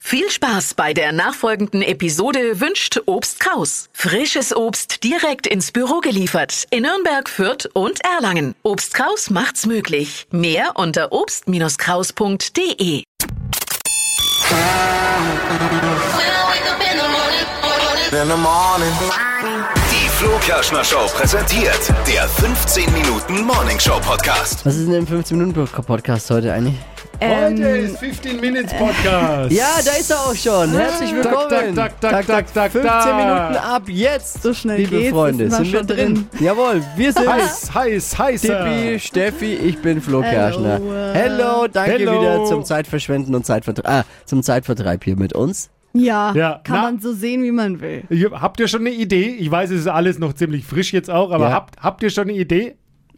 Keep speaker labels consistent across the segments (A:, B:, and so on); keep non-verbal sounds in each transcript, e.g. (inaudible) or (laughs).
A: Viel Spaß bei der nachfolgenden Episode wünscht Obst Kraus. Frisches Obst direkt ins Büro geliefert in Nürnberg, Fürth und Erlangen. Obst Kraus macht's möglich. Mehr unter obst-kraus.de.
B: in the morning.
C: Die Flo Kerschner Show präsentiert der 15 Minuten Morning Show Podcast.
D: Was ist denn im 15-Minuten-Podcast heute eigentlich?
E: Heute
F: Ähm,
E: ist 15 Minutes Podcast.
D: Ähm, Ja, da ist er auch schon. Herzlich willkommen.
E: tak, tak, tak, tak, tak,
D: 15
E: tak.
D: Minuten ab jetzt.
F: So schnell
D: Liebe
F: geht's,
D: Freunde,
F: ist man
D: sind wir
F: schon
D: drin. Jawohl, wir sind
E: Heiß, heiß, heiß.
D: Tippi, Steffi, ich bin Flo Kerschner. Hello, danke
E: Hello.
D: wieder zum Zeitverschwenden und Zeitvertreib, ah, zum Zeitvertreib hier mit uns.
F: Ja,
E: Ja,
F: kann
E: na-
F: man so sehen, wie man will.
E: Habt ihr schon eine Idee? Ich weiß, es ist alles noch ziemlich frisch jetzt auch, aber
D: Ja. Mhm.
E: habt, habt ihr schon eine Idee?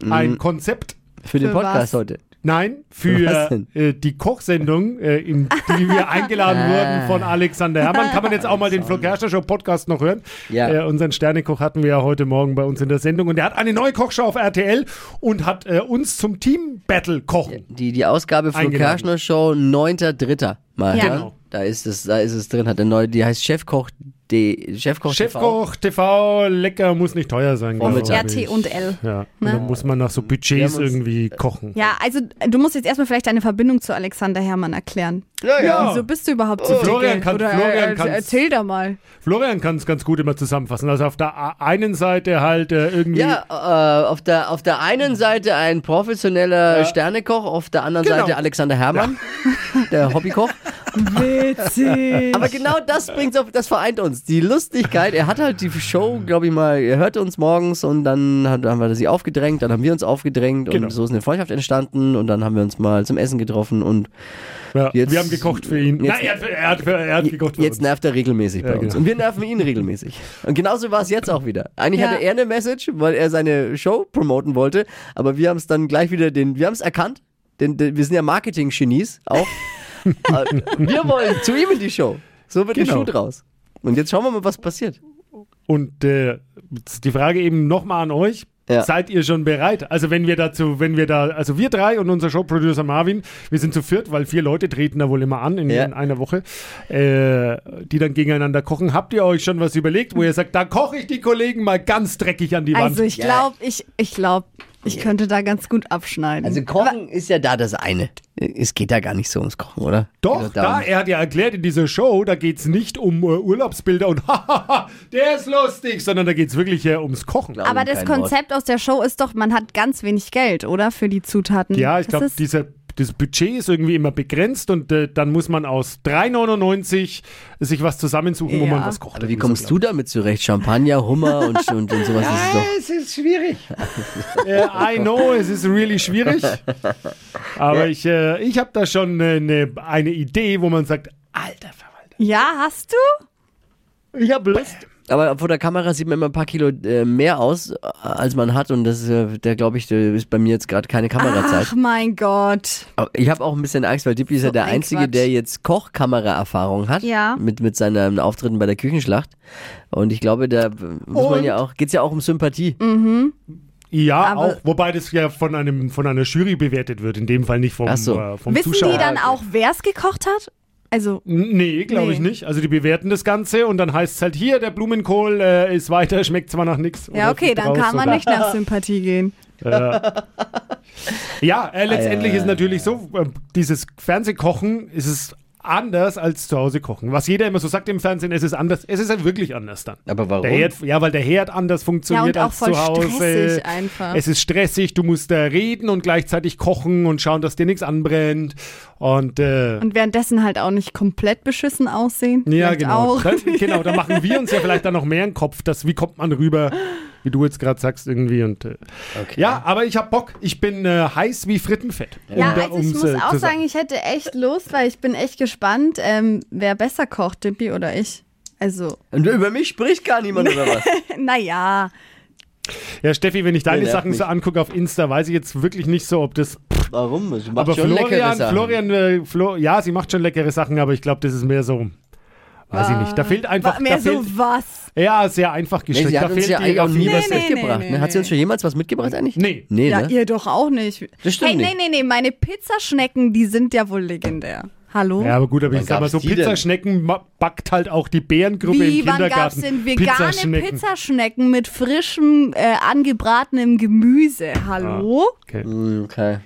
E: Ein Konzept?
D: Für den
F: Für
D: Podcast
F: was?
D: heute.
E: Nein,
D: Was
E: für
D: denn?
E: äh, die Kochsendung, äh, in die
D: (laughs)
E: wir eingeladen
D: Ah.
E: wurden von Alexander Herrmann. Kann man jetzt auch mal den Flo Kerschner Show Podcast noch hören.
D: Ja.
E: Äh, unseren Sternekoch hatten wir ja heute Morgen bei uns in der Sendung und der hat eine neue Kochshow auf RTL und hat äh, uns zum Team Battle kochen.
D: Die, die Ausgabe Flo
E: Eingeladen.
D: Kerschner Show 9.3. Mal.
F: Ja.
D: hören.
F: Genau.
D: Da ist es, da ist es drin, hat der neue, die heißt Chefkoch, D, Chefkoch, TV.
E: Chefkoch TV, lecker, muss nicht teuer sein. glaub
D: Vormittag.
E: ich.
D: Ja,
F: T und L.
E: Ja, und
F: Ne?
E: dann muss man nach so Budgets
D: Wir haben uns-
E: irgendwie kochen.
F: Ja, also äh, du musst jetzt erstmal vielleicht deine Verbindung zu Alexander Herrmann erklären. Äh,
D: Ja, ja.
F: Wieso bist du überhaupt zu
E: Äh, Florian
F: Fegel?
E: kann-
F: Oder,
E: Florian
F: äh,
E: kann's.
F: Erzähl da mal.
E: Florian kann es ganz gut immer zusammenfassen. Also auf der a- einen Seite halt äh, irgendwie.
D: Ja, äh, auf, der, auf der einen Seite ein professioneller Sternekoch, auf der anderen
E: Genau.
D: Seite Alexander Herrmann, (laughs) der Hobbykoch.
F: Witzig.
D: Aber genau das bringt's auf, das vereint uns. Die Lustigkeit, er hat halt die Show, glaube ich mal, er hörte uns morgens und dann hat, haben wir sie aufgedrängt, dann haben wir uns aufgedrängt
E: Genau.
D: und so ist eine Freundschaft entstanden und dann haben wir uns mal zum Essen getroffen und
E: ja.
D: jetzt-
E: wir haben gekocht für ihn.
D: jetzt-
E: Nein, er, hat- er, hat, er hat gekocht für
D: jetzt
E: uns.
D: nervt er regelmäßig bei
E: Ja,
D: uns.
E: genau.
D: Und wir nerven ihn regelmäßig. Und genauso war es jetzt auch wieder. Eigentlich
F: Ja.
D: hatte er eine Message, weil er seine Show promoten wollte, aber wir haben es dann gleich wieder den, wir haben es erkannt, denn denn wir sind ja Marketing-Genies
E: (laughs)
D: auch. Aber wir wollen zu ihm in die Show. So wird ein
E: Genau.
D: Schuh draus. Und jetzt schauen wir mal, was passiert.
E: Und äh, jetzt die Frage eben nochmal an euch.
D: Ja.
E: Seid ihr schon bereit? Also wenn wir dazu, wenn wir da, also wir drei und unser Showproducer Marvin, wir sind zu viert, weil vier Leute treten da wohl immer an in,
D: Ja.
E: in einer Woche, äh, die dann gegeneinander kochen. Habt ihr euch schon was überlegt, wo ihr sagt, da koche ich die Kollegen mal ganz dreckig an die (laughs) Wand?
F: also ich glaube, ich, ich glaube, ich könnte da ganz gut abschneiden.
D: Also Kochen ist ja da das eine. Es geht da gar nicht so ums Kochen, oder?
E: Doch,
D: Also
E: da,
D: darum-
E: er hat ja erklärt in dieser Show, da geht's nicht um äh, Urlaubsbilder und (laughs) hahaha, der ist lustig, sondern da geht's wirklich äh, ums Kochen.
D: Glaub-
F: aber das
D: kein Wort.
F: Konzept aus der Show ist doch, man hat ganz wenig Geld, oder? Für die Zutaten.
E: Ja, ich
F: Das
E: glaube,
F: ist-
E: dieser das Budget ist irgendwie immer begrenzt und äh, dann muss man aus 3,99 sich was zusammensuchen, wo
F: Ja.
E: man was kocht.
D: aber wie kommst du damit zurecht? Champagner, Hummer und, und, und sowas ist es doch.
E: Es ist schwierig. äh, I know, es ist really schwierig. Aber ich, äh, ich habe da schon äh, ne, eine Idee, wo man sagt, alter Verwalter.
F: Ja, hast du?
E: Ich habe Lust.
D: Aber vor der Kamera sieht man immer ein paar Kilo äh, mehr aus, äh, als man hat. Und das, äh, da glaube ich, äh, ist bei mir jetzt gerade keine Kamerazeit.
F: Ach mein Gott.
D: Aber Ich habe auch ein bisschen Angst, weil Dippi ist ja
F: So
D: der
F: ein
D: Einzige,
F: Quatsch.
D: der jetzt Kochkameraerfahrung hat.
F: Ja.
D: Mit, mit seinen Auftritten bei der Küchenschlacht. Und ich glaube, da muss man
E: Und-
D: ja auch, geht's ja auch um Sympathie.
F: Mhm.
E: Ja,
F: Aber-
E: auch, wobei das ja von einem von einer Jury bewertet wird, in dem Fall nicht vom,
D: Ach so.
E: äh, vom
F: Wissen
E: Zuschauer.
F: die dann auch, wer es gekocht hat? Also,
E: N- Nee, glaube ich
F: Nee.
E: nicht. Also die bewerten das Ganze und dann heißt es halt hier, der Blumenkohl äh, ist weiter, (laughs) schmeckt zwar nach nichts.
F: ja, okay, dann kann man nicht nach Sympathie gehen.
E: Ja, äh,
D: Ah,
E: letztendlich ist natürlich so, äh, dieses Fernsehkochen ist es anders als zu Hause kochen. Was jeder immer so sagt im Fernsehen, es ist anders. Es ist halt wirklich anders dann.
D: Aber warum?
E: Der Herd, ja, weil der Herd anders funktioniert
F: Ja, und auch
E: als
F: voll
E: zu Hause.
F: stressig einfach.
E: Es ist stressig, du musst da reden und gleichzeitig kochen und schauen, dass dir nichts anbrennt. Und, äh,
F: Und währenddessen halt auch nicht komplett beschissen aussehen.
E: Ja,
F: Vielleicht
E: genau.
F: Auch.
E: Da, genau, da machen wir uns ja vielleicht dann noch mehr einen Kopf, dass wie kommt man rüber, wie du jetzt gerade sagst irgendwie und äh, ja, aber ich hab Bock, ich bin äh, heiß wie Frittenfett.
F: (laughs) Ja,
E: Um da-
F: also ich
E: um's,
F: muss
E: äh,
F: auch
E: zu
F: sagen, ich hätte echt Lust, weil ich bin echt gespannt, ähm, wer besser kocht, Dippy oder ich. (laughs) Also,
D: Und über mich spricht gar niemand oder was?
F: (laughs) naja,
E: Ja, Steffi, wenn ich deine
D: nervt
E: Sachen so angucke auf Insta, weiß ich jetzt wirklich nicht so, ob das
D: Warum? Ich mach
E: aber
D: schon leckere
E: Florian,
D: Sachen.
E: Florian äh, Flo, ja, sie macht schon leckere Sachen, aber ich glaube, das ist mehr so weiß ich nicht. Da fehlt einfach
F: Äh, war mehr
E: da fehlt,
F: so was.
E: ja, sehr einfach
D: Nee,
E: gestrickt.
D: sie
E: da
D: hat uns
E: fehlt
D: ja
E: die
D: eigentlich auch nie
E: Raffinesse.
D: was
F: Nee, nee,
D: mitgebracht.
F: nee,
D: ne? Hat sie
F: nee.
D: uns schon jemals was mitgebracht eigentlich?
E: Nee.
D: Nee,
F: Ja,
D: ne?
F: ihr doch auch nicht.
D: Das stimmt
F: hey,
D: nicht.
F: nee, nee, nee, meine Pizzaschnecken, die sind ja wohl legendär. Hallo?
E: Ja, aber gut, aber
G: Wann
E: ich sag mal,
G: gab's
E: so
G: die denn?
E: Pizzaschnecken ma- backt halt auch die Bärengruppe im
F: Wie, wann
E: Kindergarten.
F: gab's denn vegane Pizzaschnecken, mit frischem, äh, angebratenem Gemüse? Hallo?
E: Okay.
D: Mm, Okay.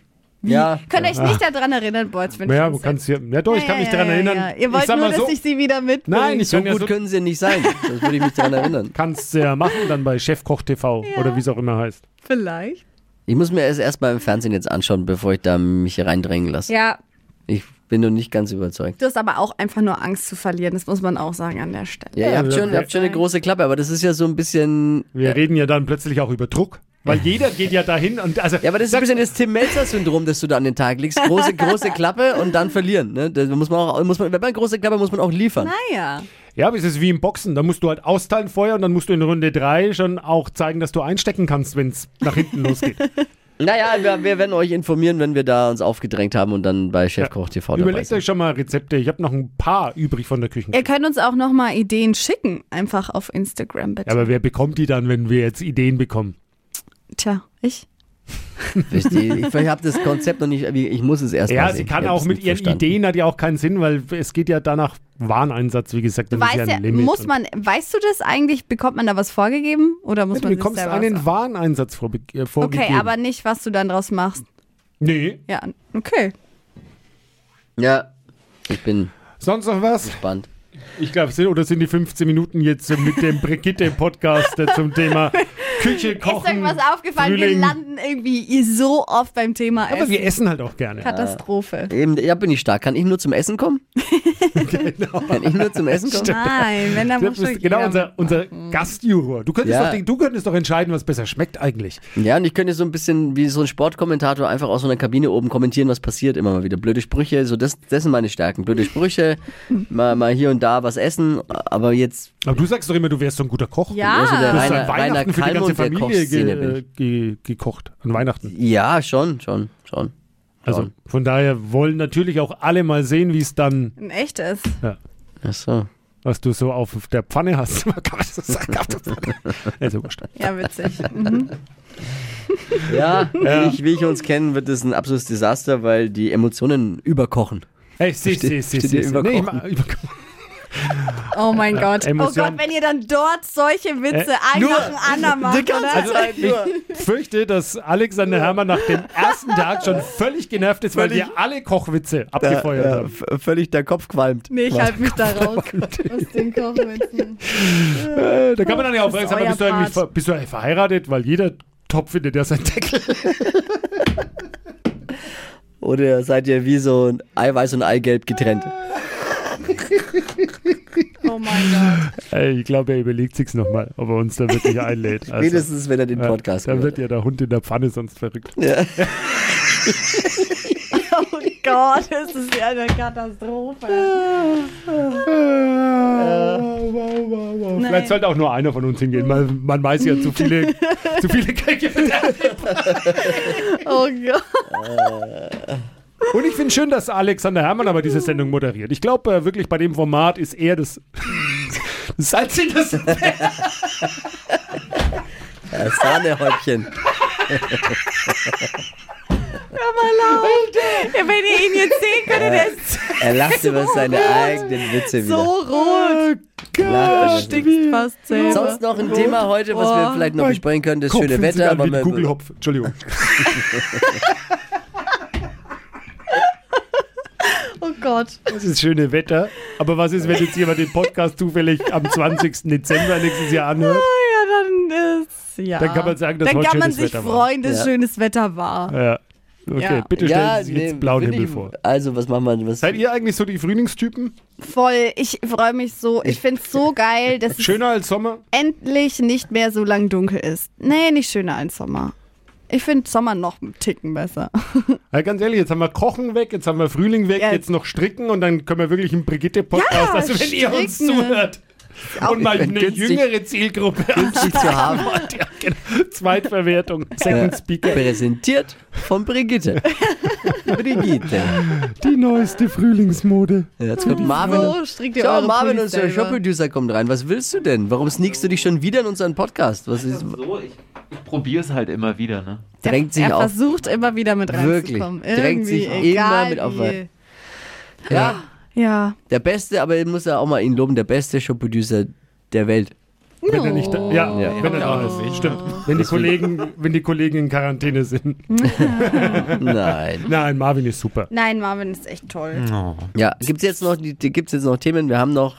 D: Ja.
F: Könnt ihr euch nicht daran erinnern, Boys, wenn
E: Ja,
F: ich
E: du
F: das
E: kannst hier. Ja, doch, ich kann mich
F: Ja,
E: daran
F: ja, ja,
E: erinnern.
F: ja. Ihr wollt
E: ich sag
F: nur,
E: mal so,
F: dass ich sie wieder mitbringe.
E: Nein, ich
D: So
E: kann ja
D: gut
E: so,
D: können sie nicht
E: (laughs)
D: sein. Das würde ich mich daran erinnern.
E: kannst du ja machen, dann bei Chefkoch TV oder wie es auch immer heißt.
F: Vielleicht.
D: Ich muss mir es erstmal im Fernsehen jetzt anschauen, bevor ich da mich reindrängen lasse.
F: Ja,
D: Ich bin noch nicht ganz überzeugt.
F: du hast aber auch einfach nur Angst zu verlieren. Das muss man auch sagen an der Stelle.
D: Ja, ihr habt
E: wir-
D: schon, ihr habt schon eine große Klappe, aber das ist ja so ein bisschen.
E: Wir reden ja dann plötzlich auch über Druck, weil jeder geht ja dahin und also
D: Ja, aber das ist ein bisschen das Tim Melzer-Syndrom, das du da an den Tag legst. Große, große Klappe und dann verlieren. Ne? Da muss man auch, muss man, wenn man große Klappe, muss man auch liefern.
F: Naja.
E: Ja, aber es ist wie im Boxen. Da musst du halt austeilen vorher und dann musst du in Runde 3 schon auch zeigen, dass du einstecken kannst, wenn es nach hinten losgeht.
D: Naja, wir, wir werden euch informieren, wenn wir da uns aufgedrängt haben und dann bei Chefkoch TV dabei
E: Überlegt
D: sind.
E: euch schon mal Rezepte. Ich habe noch ein paar übrig von der Küche.
F: Ihr könnt uns auch nochmal Ideen schicken, einfach auf Instagram bitte.
E: Ja, aber wer bekommt die dann, wenn wir jetzt Ideen bekommen?
F: Tja, ich?
D: Wisst ihr, Ich, ich habe das Konzept noch nicht, ich muss es erst mal
E: Ja,
D: sehen.
E: sie
D: Ich
E: kann
D: hab
E: auch
D: es
E: mit
D: nicht
E: ihren
D: verstanden.
E: Ideen, hat ja auch keinen Sinn, weil es geht ja danach Wareneinsatz, wie gesagt. Das
F: Du
E: ist
F: weißt
E: ja
F: ja,
E: ein Limit.
F: muss man, weißt du das eigentlich? Bekommt man da was vorgegeben oder muss
E: Du
F: man sich
E: bekommst
F: selber
E: einen
F: was-
E: Wareneinsatz vorbe äh, vorgegeben.
F: Okay, aber nicht, was du dann draus machst.
E: Nee.
F: Ja, okay.
D: Ja, ich bin
E: Sonst noch was?
D: gespannt.
E: Ich glaube, sind, oder sind die 15 Minuten jetzt mit dem
F: (laughs)
E: Brigitte-Podcast äh, zum Thema Küche,
F: Ist
E: Kochen,
F: irgendwas aufgefallen? Wir
E: Frühling.
F: landen irgendwie so oft beim Thema
E: Aber
F: Essen.
E: wir essen halt auch gerne.
F: Katastrophe.
D: Eben, da bin ich stark. Kann ich nur zum Essen
F: (laughs)
D: kommen? Genau. Kann ich nur zum Essen kommen?
F: Nein, wenn dann
E: Du
F: muss
E: bist
F: schon
E: genau
F: jeder
E: unser, unser Gastjuror. Du könntest,
D: Ja.
E: doch, den- du könntest doch entscheiden, was besser schmeckt eigentlich.
D: Ja, und ich könnte so ein bisschen wie so ein Sportkommentator einfach aus so einer Kabine oben kommentieren, was passiert immer mal wieder. Blöde Sprüche, so das, das sind meine Stärken. Blöde
F: (laughs)
D: Sprüche, mal, mal hier und da was essen, aber jetzt
E: Aber du sagst doch immer, du wärst so ein guter Koch.
F: Ja.
D: eher so der
E: Du hast an
D: reiner, reiner
E: Weihnachten für die ganze
D: Kalmund der
E: Familie
D: Kochszene bin
E: ge
D: ich.
E: ge gekocht. An Weihnachten.
D: Ja, schon, schon, schon.
E: Also
D: schon.
E: von daher wollen natürlich auch alle mal sehen, wie es dann,
F: ein echtes.
D: Ach so.
E: was du so auf der Pfanne hast. (laughs) Kann man das so sagen? Auf
D: (laughs)
E: der Pfanne. Also, wurscht.
F: Ja, witzig. Mhm.
E: (laughs)
D: Ja, Wie, ich, wie ich uns kennen, wird es ein absolutes Desaster, weil die Emotionen überkochen.
E: Ey, sie,
D: Steht-
E: sie, sie,
D: steht
E: sie,
D: hier
E: sie.
D: überkochen.
E: Nee, ich mach- überkochen.
F: Oh
E: (laughs)
F: mein Gott. Oh
E: Emotion.
F: Gott, wenn ihr dann dort solche Witze
E: Äh,
F: ein nach dem anderen macht, oder?
E: Also, ich fürchte, dass Alexander Herrmann nach dem ersten
F: (laughs)
E: Tag schon völlig genervt ist, weil wir alle Kochwitze abgefeuert haben.
D: völlig der Kopf qualmt.
F: (laughs) Nee, ich halte mich da raus aus den Kochwitzen.
E: Äh, da kann man dann ja auch
F: Das
E: fragen,
F: ist euer
E: sag mal, bist du, eigentlich
F: Part.
E: ver bist du eigentlich verheiratet? Weil jeder Topf findet ja seinen Deckel.
D: Oder seid ihr wie so ein Eiweiß und Eigelb getrennt?
E: Also,
F: Oh mein Gott.
E: Ey, ich glaube, er überlegt sich's nochmal, ob er uns da
D: (laughs)
E: wirklich einlädt. Also,
D: Wenigstens, wenn er den
E: ja,
D: Podcast
E: Dann wird
D: hört.
E: ja der Hund in der Pfanne sonst verrückt. (laughs)
F: Oh Gott, das ist ja eine
E: (laughs)
F: Katastrophe.
E: Ah, Vielleicht sollte auch nur einer von uns hingehen. Man, man weiß ja zu viele, zu viele Köche.
F: Oh Gott.
E: Und ich finde schön, dass Alexander Herrmann aber diese Sendung moderiert. Ich glaube äh, wirklich, bei dem Format ist
D: (laughs)
E: er das, das Salz in (laughs) das
D: Ja,
F: (laughs)
D: Sahnehäubchen.
F: Wenn ihr ihn jetzt sehen könntet, der ist
D: Er lacht über seine eigenen Witze wieder.
F: so rot.
D: Lacht.
F: Stinkst fast selber.
D: Sonst noch ein Thema heute, was wir
F: Oh.
D: vielleicht noch
E: Mein
D: besprechen können, das
E: Kopf
D: schöne
E: fühlt sich
D: Wetter.
E: an
D: aber
E: wie ein
D: wir- (laughs)
E: Kugelhopf. Entschuldigung.
F: oh Gott.
E: Das ist schöne Wetter. Aber was ist, wenn jetzt jemand den Podcast zufällig am 20. Dezember nächstes Jahr anhört?
F: Ah, Ja, dann ist. Ja.
E: Dann kann man sagen, dass
F: Dann
E: heute
F: kann man
E: schönes
F: sich
E: Wetter war.
F: freuen, dass
D: Ja.
F: schönes Wetter war.
E: Ja. Okay,
F: Ja.
E: bitte stellen
D: ja,
E: Sie sich jetzt
D: nee,
E: blauen
D: find
E: Himmel
D: ich-
E: vor.
D: Also, was machen wir? Was, (laughs)
E: Seid ihr eigentlich so die Frühlingstypen?
F: Voll. Ich freue mich so. Ich finde es so geil, dass es
E: Schöner als Sommer?
F: endlich nicht mehr so lang dunkel ist. Nee, nicht schöner als Sommer. Ich finde Sommer noch einen Ticken besser.
E: Ja, ganz ehrlich, jetzt haben wir Kochen weg, jetzt haben wir Frühling weg,
F: Ja.
E: jetzt noch Stricken und dann können wir wirklich einen Brigitte-Podcast.
F: Ja,
E: also wenn ihr uns
F: Stricken.
E: zuhört und mal eine
D: günstig-
E: jüngere Zielgruppe
D: günstig zu haben?
E: wollt, (laughs) ja, genau. Zweitverwertung, Second Speaker.
D: Präsentiert von
E: (laughs)
D: Brigitte. Brigitte.
E: Die neueste Frühlingsmode.
D: Ja, Jetzt kommt (laughs) Marvin.
F: So strickt ihr
D: Schau,
F: eure
D: Marvin,
F: Pullis
D: unser
F: selber.
D: Showproducer, kommt rein. Was willst du denn? Warum sneakst du dich schon wieder in unseren Podcast? Was ist,
H: So, ich, ich probiere es halt immer wieder, ne?
D: drängt sich
F: er
D: auf.
F: versucht immer wieder mit
D: Wirklich.
F: reinzukommen.
D: Drängt sich
F: Irgendwie,
D: immer
F: egal
D: mit auf-
F: wie.
D: Ja.
F: Ja.
D: Der beste, aber ich muss ja auch mal ihn loben, der beste Showproducer der Welt.
E: Wenn er nicht da, ja,
D: Oh. Ja.
E: wenn er da ist. Stimmt. Wenn die, Kollegen, wenn die Kollegen in Quarantäne sind.
F: Hm?
D: Nein.
E: Nein, Marvin ist super.
F: Nein, Marvin ist echt toll.
D: Ja, gibt's jetzt noch die, die- gibt's jetzt noch Themen? Wir haben noch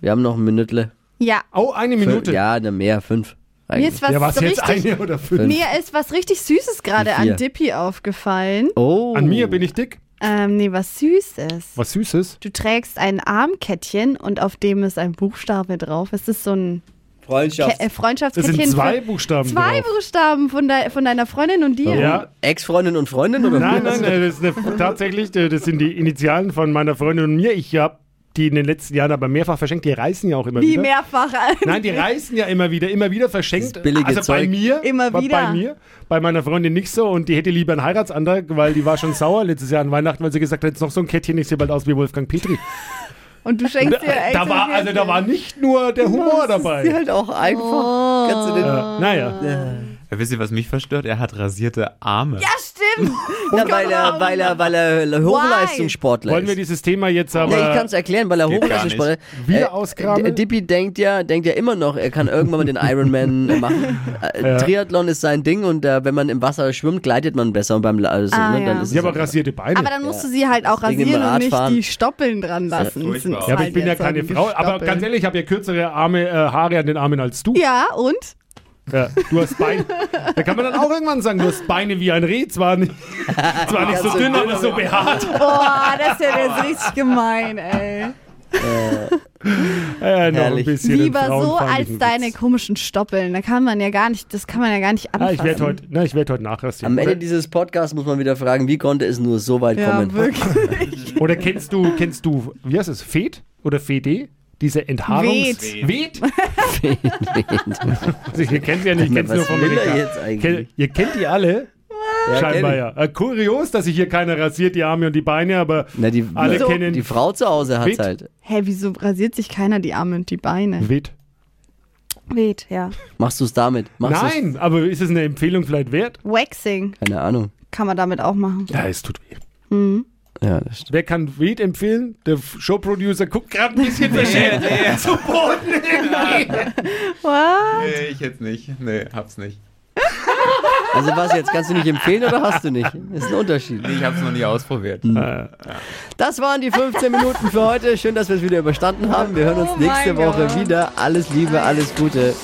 D: wir haben noch ein Minütle.
F: Ja.
E: Oh, eine Minute.
D: Ja, ne mehr, fünf.
F: Mir
D: Eigentlich.
F: ist was,
E: ja, was jetzt
F: richtig,
E: eine oder fünf?
F: mir ist was richtig Süßes gerade
D: Die vier.
F: an Dippy aufgefallen.
D: Oh.
E: An mir bin ich dick.
F: Ähm, nee, was Süßes.
E: Was Süßes.
F: Du trägst ein Armkettchen und auf dem ist ein Buchstabe drauf. Es ist so ein Ke
D: Freundschaft.
F: äh,
E: Das
F: Freundschaftskärtchen
E: sind zwei
F: für-
E: Buchstaben.
F: Zwei
E: drauf.
F: Buchstaben von, dei- von deiner Freundin und dir.
E: Ja.
D: Ex-Freundin und Freundin oder
E: Nein, nein, äh, das ist eine, tatsächlich, äh, das sind die Initialen von meiner Freundin und mir. Ich habe die in den letzten Jahren aber mehrfach verschenkt. Die reißen ja auch immer
F: Wie
E: wieder.
F: mehrfach.
E: Nein, die reißen ja immer wieder, immer wieder verschenkt.
D: Dieses billige
E: also bei
D: Zeug.
E: mir,
F: Immer
E: bei-
F: wieder.
E: bei mir, bei meiner Freundin nicht so und die hätte lieber einen Heiratsantrag, weil die war schon sauer letztes Jahr an Weihnachten, weil sie gesagt hat, jetzt noch so ein Kettchen, ich sehe bald aus wie Wolfgang Petri.
F: (laughs) Und du schenkst dir extra
E: Da war,
F: ein
E: also da war nicht nur der Humor dabei. Oh.
D: Die halt auch einfach. Kannst du den,
E: Ja,
F: Ah.
E: naja,
G: Ja, wisst ihr, was mich verstört? Er hat rasierte Arme.
F: Ja,
E: (laughs)
F: stimmt.
D: Na, weil, er, weil, er, weil er Hochleistungssportler
E: wollen wir
D: ist.
E: dieses Thema jetzt aber.
D: ja, ich kann es erklären, weil er
G: Geht
D: Hochleistungssportler ist.
E: Wieder ausgraben?
D: D- Dippy denkt ja, denkt ja immer noch, er kann irgendwann mal den Ironman
E: (laughs)
D: äh, machen. Äh, Triathlon ist sein Ding und äh, wenn man im Wasser schwimmt, gleitet man besser. Und beim La- also,
F: Ah,
D: ne,
F: ja.
D: dann ist
E: ich
D: es
E: habe rasierte Beine.
F: Aber dann musst du sie halt auch
D: Deswegen im
F: rasieren und nicht
D: Radfahren.
F: die Stoppeln dran lassen.
G: furchtbar.
F: Sind's
E: ja, aber ich
F: halt
E: bin ja
F: jetzt
E: keine
F: irgendwie
E: Frau. Aber
F: Stoppeln.
E: ganz ehrlich, ich habe ja kürzere Arme, äh, Haare an den Armen als du.
F: Ja, und?
E: Ja, du hast Beine. Da kann man dann auch irgendwann sagen, du hast Beine wie ein Reh.
F: (laughs)
E: Zwar nicht, zwar nicht so dünn, aber so behaart.
F: Boah, das ist ja jetzt richtig gemein, ey.
E: Äh, noch ein
D: Herrlich.
E: bisschen den
F: Lieber so als
E: frauenfeindlichen
F: deine
E: Witz.
F: kommischen Stoppeln. Da kann man ja gar nicht, das kann man ja gar nicht
E: Ah,
F: anfassen.
E: ich werde heute, na, ich werde heute nachrastieren.
D: am Ende
E: Oder,
D: dieses Podcasts muss man wieder fragen, wie konnte es nur so weit (laughs)
F: ja,
D: kommen?
F: wirklich. (laughs)
E: oder kennst du, kennst du, wie heißt es, Fed oder Fede? Diese Enthaarungs...
F: Weht.
E: Weht? Also, ihr kennt sie ja nicht, kennt sie nur
D: Was
E: vom
D: will er
E: Amerika.
D: jetzt
E: Ken,
D: eigentlich?
E: ihr kennt die alle,
D: Ja,
E: (laughs) scheinbar
D: kenn ich.
E: ja. Äh, kurios, dass sich hier keiner rasiert, die Arme und die Beine, aber
D: Na, die,
E: alle
D: so.
E: kennen
D: die Frau zu Hause hat
E: Fit.
D: halt.
F: Hä, wieso rasiert sich keiner die Arme und die Beine?
E: Weht.
F: Weht, ja.
D: Machst du es damit? Machst du's-
E: Nein, aber ist es eine Empfehlung vielleicht wert?
F: Waxing
D: Keine Ahnung.
F: kann man damit auch machen.
E: Ja, es tut weh.
D: Ja, das stimmt.
E: Wer kann Weed empfehlen? Der F- Showproducer guckt gerade ein
D: (laughs)
E: bisschen verschämt zu
G: (laughs)
E: Boden.
F: What?
G: Nee, ich jetzt nicht. Nee, hab's nicht.
D: Also was jetzt? Kannst du nicht empfehlen oder hast du nicht? Das ist ein Unterschied.
G: Ich hab's noch nie ausprobiert.
D: Das waren die 15 Minuten für heute. Schön, dass wir es wieder überstanden haben. Wir hören uns
F: Oh
D: nächste
F: mein
D: Woche
F: Gott.
D: wieder. Alles Liebe, alles Gute.